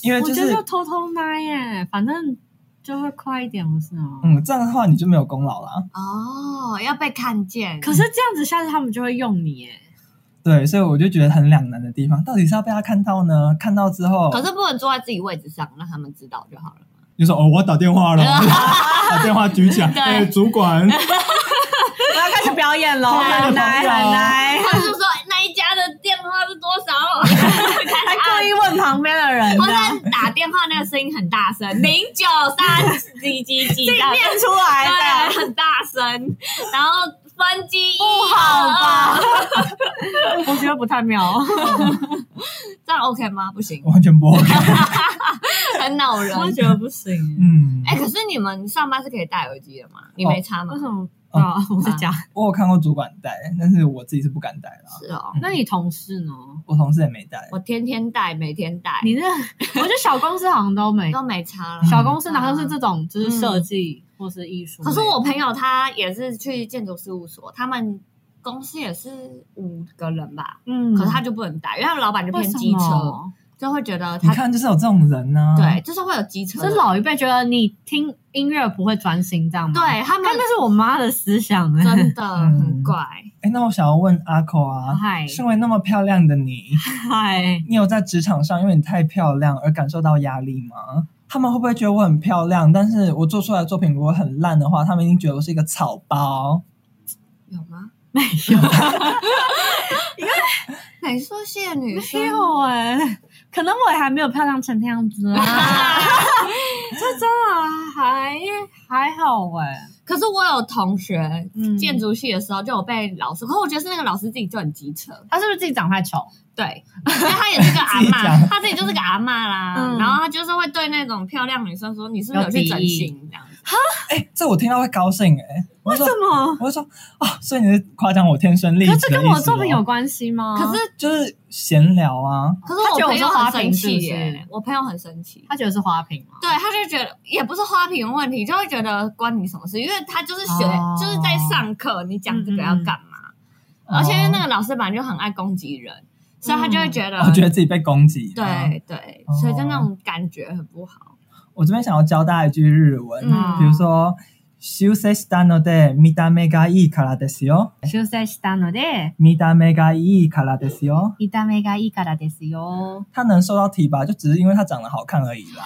因为
我
就
觉得
是
就偷偷奶耶、反正就会快一点，不是吗？
嗯，这样的话你就没有功劳啦。
哦，要被看见。
可是这样子，下次他们就会用你耶。
对，所以我就觉得很两难的地方，到底是要被他看到呢？看到之后，
可是不能坐在自己位置上，让他们知道就好了。
你说哦，我要打 电话了，把电话举起来，哎、主管，
我要开始表演 喽，
好
很来
好
很来，
或者是说那一家的电话是多少？
还故意问旁边的人，
或
这 样
者打电话那个声音很大声，零九三几几几
自己念出来
对，
的，
很大声，然后分机一
不好 吧？我觉得不太妙。
这样 OK 吗？不行，
完全不 OK。
很恼人。
我觉得不行。
嗯，
哎、可是你们上班是可以戴耳机的吗？你没差吗
为？什么
哦
啊？我在家。
我有看过主管戴，但是我自己是不敢戴啦。
是哦，
那你同事呢？
我同事也没戴，
我天天戴，每天戴，
你那 我觉得小公司好像都没，
都没差了。
小公司哪都是这种，就是设计或是艺术类。
嗯可是我朋友他也是去建筑事务所，他们公司也是五个人吧，
嗯，
可是他就不能戴，因为他们老板就
为
偏
什
机车，
么？
就会觉得
你
他
看就是有这种人啊呢、
对，，就是会有机车的
是老一辈觉得你听音乐不会专心，这样吗？，
对他们
但那是我妈的思想哎。
真 的很
嗯
怪。
哎，那我想要问阿扣啊，
哦嗨
身为那么漂亮的你，
嗨，
你有在职场上因为你太漂亮而感受到压力吗？他们会不会觉得我很漂亮，但是我做出来的作品如果很烂的话，他们一定觉得我是一个草包？
有吗？
没有啊
哪说谢女生
没？有哎，可能我也还没有漂亮成那样子 啊。这真的还还好哎，
可是我有同学
嗯
建筑系的时候就有被老师，可是我觉得是那个老师自己就很机车，
他是不是自己长太丑？
对， 因为他也是个阿
自己
嬷，
讲
他自己就是个阿嬷啦，
嗯
然后他就是会对那种漂亮女生说你是不是有去整形这样子，
哎，这我听到会高兴哎、我就
为
说
什，么？
我就说哦，所以你是夸奖我天生丽质
可
的
是
意思
这
咯、
跟我作品有关系吗？
可是
就是闲聊啊，
可是我朋友很生气耶、
他觉得我是花瓶是不是
我朋友很生气。
他觉得是花瓶啊吗？
对，他就觉得也不是花瓶的问题，就会觉得关你什么事？因为他就是学，
哦
就是在上课，你讲这个要干嘛？而且因
哦
为那个老师本来就很爱攻击人，所以他就会觉得，
我嗯哦觉得自己被攻击。
对对，
哦
所以就那种感觉很不好。
我这边想要教大家一句日文，
嗯
比如说。修せしたので見た目がいいからですよ。
修正したので、
見た目がいいからですよ。
見た目がいいからですよ。
他能受到提拔，就只是因为他长得好看而已啦。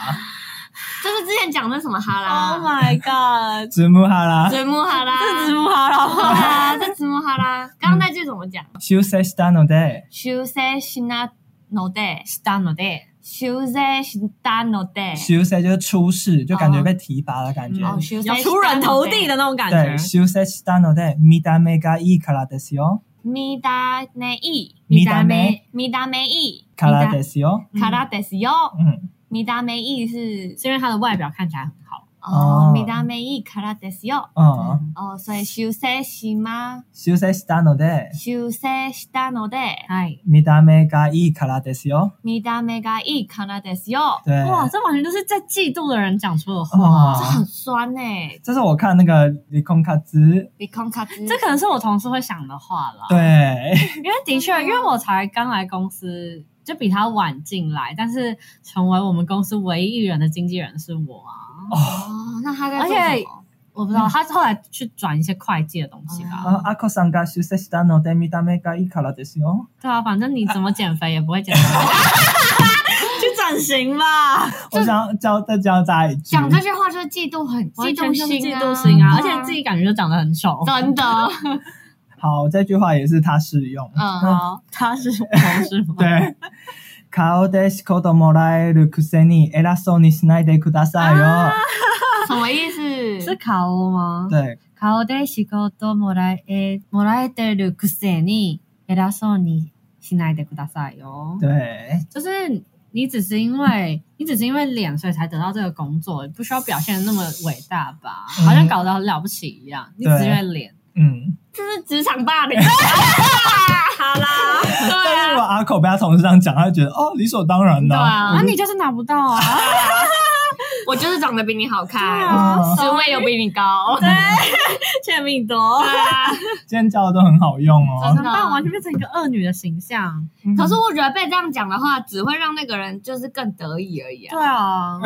就是之前讲的什么哈
Oh
拉，
my god！
直木哈啦，
直木哈
这
拉
直，播好了吗，
啊，这直木哈拉，刚刚那句怎么讲？
修塞西达诺代，
修塞西那诺代，
したので、
修塞西达诺代，
修塞就是出世，就感觉被提拔的
嗯
感觉。
哦，修塞
有出人头地的那种感
对，
觉。
修塞西达诺代，見た目がいいからですよ。
米达内伊，
見た目
米达梅伊，
からですよ。
卡拉德斯哟，
嗯，
米达梅伊是
是因为他的外表看起来很好。
哦
哦，
米达梅伊卡拉德斯哟，
哦，
哦，所以修塞西吗？
修塞西达诺代，
修塞西达诺代，
哎，
見た目がいいからですよ。
米达梅嘎伊卡拉德斯哟，
对，
哇，这完全就是在嫉妒的人讲出的话。
这
哦，
很酸哎，
这是我看那个李空卡兹，
比康卡兹
这可能是我同事会想的话啦。，
对，
因为的确，因为我才刚来公司，就比他晚进来，但是成为我们公司唯一一人的经纪人是我啊。
哦，那他在做
而
什
且
么？
我不知道，他后来去转一些会计的东西
哦
吧。
然后啊阿克桑が修塞西达诺代，見た目がいいからですよ。
对啊，反正你怎么减肥也不会减肥， 去整形吧。
我想要教再教大家一句，
讲这句话就是嫉妒很嫉
嫉
妒
妒
心
心、
啊，
嫉妒心啊，而
对
且自己感觉就长得很丑。
真 的，
好，这句话也是他适用。
嗯，
好，他是同事吗？
对。顔で仕事もらえるくせに偉そうにしないでくださいよ。
啊什么意思？
是卡欧吗？
对，
卡欧で仕事もらえもらえてるくせに偉そうにしないでくださいよ。
对，
就是你只是因为你只是因为脸，所以才得到这个工作，不需要表现得那么伟大吧？
嗯
好像搞得很了不起一样，你只是因为脸。
嗯。
这是职场霸凌。 好 啦，对
但是如
啊，
果阿口被他同事这样讲，他就觉得哦理所当然的。
对啊
啊，你就是拿不到啊！
我就是长得比你好看，嗯
啊
职位又比你高。对
欠命多，
啊，
今天教的都很好用
真
哦
的。
怎么办？完全变成一个恶女的形象。
嗯
可是我觉得被这样讲的话，只会让那个人就是更得意而已啊。
对啊，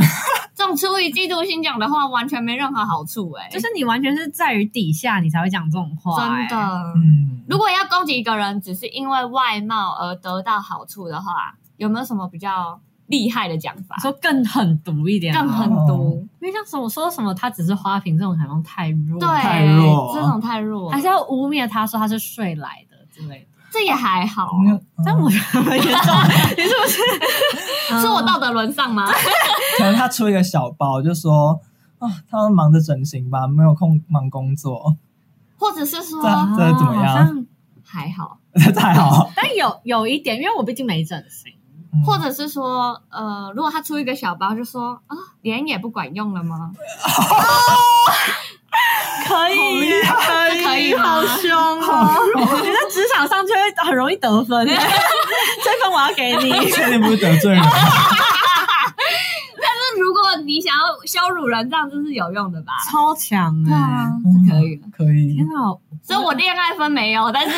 这这种出于嫉妒心讲的话，完全没任何好处哎、
就是你完全是在于底下，你才会讲这种话、
真
哎，
的。
嗯，
如果要攻击一个人，只是因为外貌而得到好处的话，有没有什么比较厉害的讲法
你？说更狠毒一点吗，啊
更狠毒，
因为像什么说什么他只是花瓶这种好像太弱，
对，
哦太弱
这种太弱，
还是要污蔑他说他是睡来的之类的。
哎这也还好，
那
但我觉得 很严重，你是不 是？
是我道德沦丧吗？
可能他出一个小包，就说啊，他们忙着整形吧，没有空忙工作，
或者是说
这
啊
这怎么
好
样？
像
还好，
这太好，
但有有一点，因为我毕竟没整形，
嗯
或者是说，呃，如果他出一个小包，就说啊，脸也不管用了吗？
可以耶，可
这可以吗
好凶哦！我觉得职场上就会很容易得分，这分我要给你。
嗯 确定不是得罪人？啊
那如果你想要羞辱人，这样就是有用的吧？
超强
对啊
哎！，
这 可以了。
嗯可以
天，哪，
所以我恋爱分没有，但是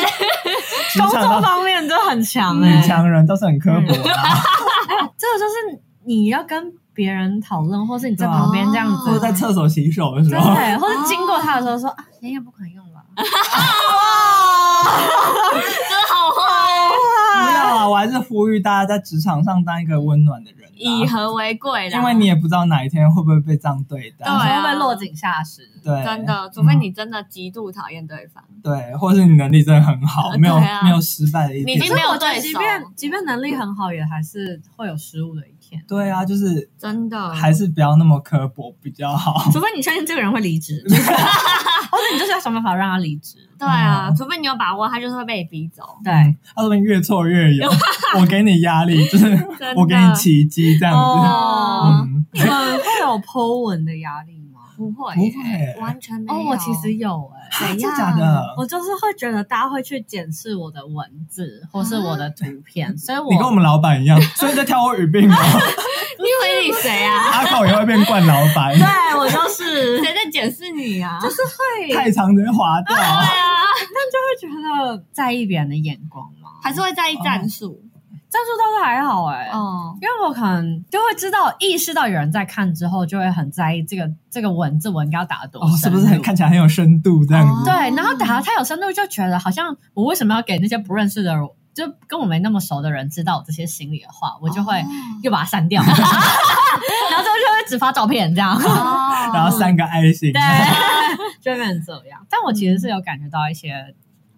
职
工作
场上嗯
方面真的很强哎
女，强人都是很刻薄啊啦，
嗯
这个就是你要跟别人讨论，或是你在旁边这样
或
对
者
子，
在厕所洗手的时
对，
候，
或者经过他的时候说啊，人也不可以用吧？
真的好坏，
不要啊！我还是呼吁大家在职场上当一个温暖的人啦，
以和为贵啦。
因为你也不知道哪一天会不会被这样对待。
对
会
啊
不会落井下石？
对，
真的，除非你真的极度讨厌对方，
对，或是你能力真的很好，
呃
没有、
对啊
没有失败的一
你已
天
经。没有
我觉得
对手
即便即便能力很好，也还是会有失误的一天。
对啊，就是
真的
还是不要那么刻薄比较
嗯
好。
除非你相信这个人会离职，或者你就是要想办法让他离职。
对啊，
嗯
除非你有把握，他就是会被你逼走。
对，
嗯，他说不定越挫越 勇，我给你压力，就是
真的
我给你奇迹这样子。
哦
嗯，
你们会有 Po 文的压力吗？
不会
不会
完全没有。
哦，我其实有哎、
怎
真
样
假的？
我就是会觉得大家会去检视我的文字或是我的图片，
啊
所以我
你跟我们老板一样，所以你在挑我语病吗？
你以为你谁啊？
阿考也会变惯老板，
对哎我 就是
谁在检视你啊？
就是会，
太长直接划掉。
对啊，
但就会觉得在意别人的眼光嘛。
还是会在意战术
战术倒是还好哎、
哦。
因为我可能就会知道，意识到有人在看之后，就会很在意这个这个文字，我应该要打得多
哦，是
深
不
入、
是很看起来很有深度这样
哦
子？
对，然后打得太有深度，就觉得好像我为什么要给那些不认识的人，就跟我没那么熟的人知道我这些心里的话，我就会又把它删 掉，然后之后就会只发照片这样。
哦
然后三个爱心，
对，就会变成这样。但我其实是有感觉到一些，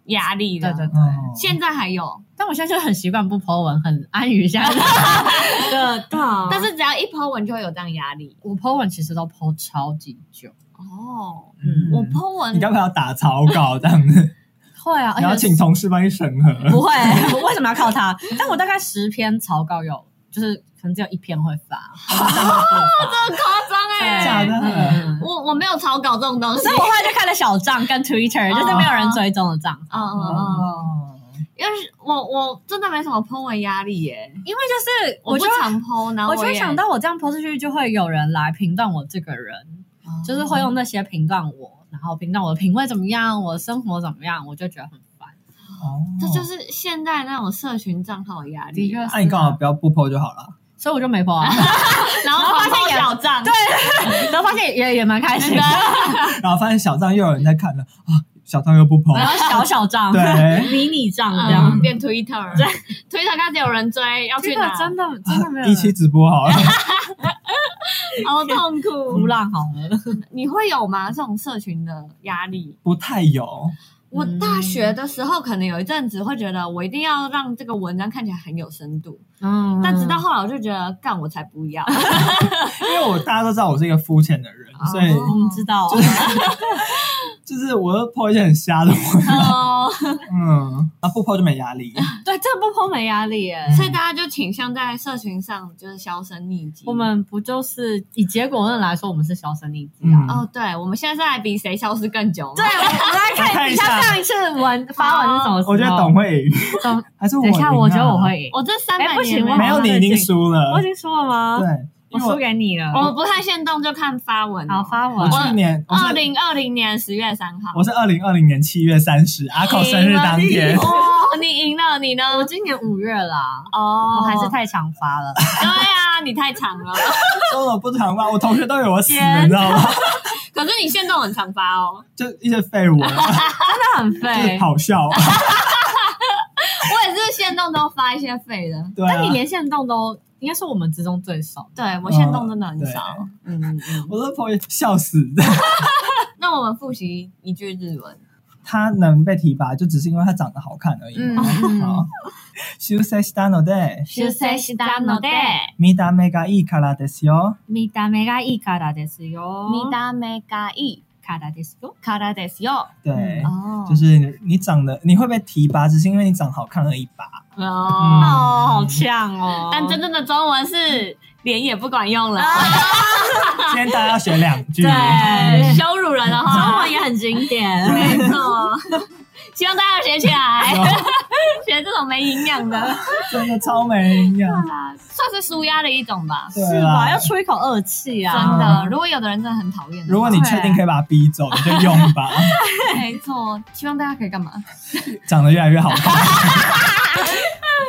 压力
对
了。
对对。
哦
现在还有，
但我现在就很习惯不 po 文，很安于现在的的。
但是只要一 po 文就会有这样压力
我 po 文其实都 po 超级久，
哦。
嗯
我 po 文
你要不要打草稿这样 子？
会啊，
你要
而且
请同事帮你审核。
哎
不会，我为什么要靠它？但我大概十篇草稿有，就是可能只有一篇会 发，
很夸张哎，
假的
嗯
我我没有草稿这种东西
所以。我后来就开了小账跟 Twitter，就是没有人追踪的账，
嗯嗯嗯，
哦，
因为我我真的没什么 po 文压力耶，
因为就是
我
我
不
就会
常 po，然后
我就会
也
想到我这样 po 出去，就会有人来评断我这个人，
嗯
就是会用那些评断我，然后评断我的品味怎么样，我的生活怎么样，我就觉得很烦。
哦
这就是现在那种社群账号的压
的
力
确，是，啊
那你干嘛不要不 PO 就好了？
所以我就没 po 啊。
然
然
后
后发
狂
现
po
也
小账，
对，然后发现也也蛮开心的，
然后发现小账又有人在看了啊，小账又不 PO，
哎
然后小小账，
对
迷你账这样。
嗯，变 Twitter，对，Twitter 开始有人追，要去
这
哪
个？真的真的没有
一
人
期直播 好了。
好哦痛
不
苦。
浪好了，
你会有吗？这种社群的压力？
不太有，
我
嗯
大学的时候可能有一阵子会觉得我一定要让这个文章看起来很有深度，
嗯
但直到后来我就觉得干我才不 要，
因为我大家都知道我是一个肤浅的
哦
人，所以
我们知道，
就是我都 PO 一些很瞎的文，
哦，
嗯，啊不 PO 就没压力。
对，这个不剖没压力耶。
所以大家就倾向在社群上就是销声匿迹。
我们不就是以结果论来说，我们是销声匿迹啊？
嗯，
哦，对，我们现在是来比谁消失更久吗？
对，我们来看一下上一次文发文是什么时候？
我觉得董会赢，
懂
还是我
等
赢啊？
一下，我觉得我会赢。
我这三
哎
百
不行
年
我
没有你已经输
我
了
已，经说了吗？
对，
我
因
输
为
给你了。
我们不看限动就看发文哦。
好发
我
文
我，去年我
二
是
零二零年十月三号，
我是二零二零年七月三十阿考生日当天，
哦，你赢了，你呢？
我今年五月啦，
哦
我还是太常发了。
对啊，啊，你太长 了。
说我不常发，我同学都以为我死
天
了，你知道吗？
可是你现在很常发哦，
就一些废文，
真
啊
的很
就是
废。
好笑。啊
我也是现动都发一些废的。
对
但
啊
你，连线动都应该是我们之中最少的。
对我现动真的很少。嗯嗯嗯。
我的朋友笑死。
那我们复习一句日文。
他能被提拔，就只是因为他长得好看而已嘛。
嗯
好，修正したので、
出世したので
見た目がいいからですよ。
見た目がいいからですよ。
見た目がいい
からですよ。
哦からですよ。
对，
嗯
哦
就是你你长得你会被提拔，只是因为你长好看而已吧。
哦，
哦，好呛哦！
但真正的中文是脸也不管 用了，
今天大家要学两句。
对
羞辱人的话，
中 文也很经典。
没错，希望大家学起 来，学这种没营养的，
真的超没营养。
算是舒压的一种吧。
对啊
是吧？
啦
要，出一口恶气
真
啊！
的，如果有的人真的很讨厌的话，
如果你确定可以把他逼走，你就用 吧。
没错，希望大家可以干嘛？
长得越来越好看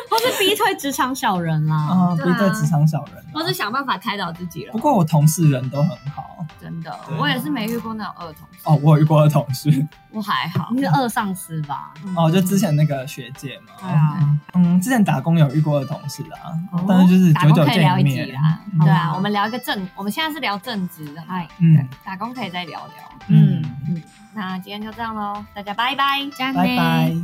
或是逼退职场小人啦。
啊，逼对职场小人啊。
或是想办法开导自己了
不。过我同事人都很好
真的
对，
我也是没遇过那种恶同事，
哦，我有遇过的同事
我还好
你。是恶上司吧？
哦，就之前那个学姐嘛，
对啊，
嗯，之前打工有遇过的同事啊，
哦
但是就是
打
久
工
久
可以聊
见
一
一
集
面，
啦，
嗯
对啊，我们聊一个正，我们现在是聊正职的，哎，
嗯
打工可以再聊聊。
嗯
嗯，
那今天就这样喽，大家拜拜，
加
拜拜。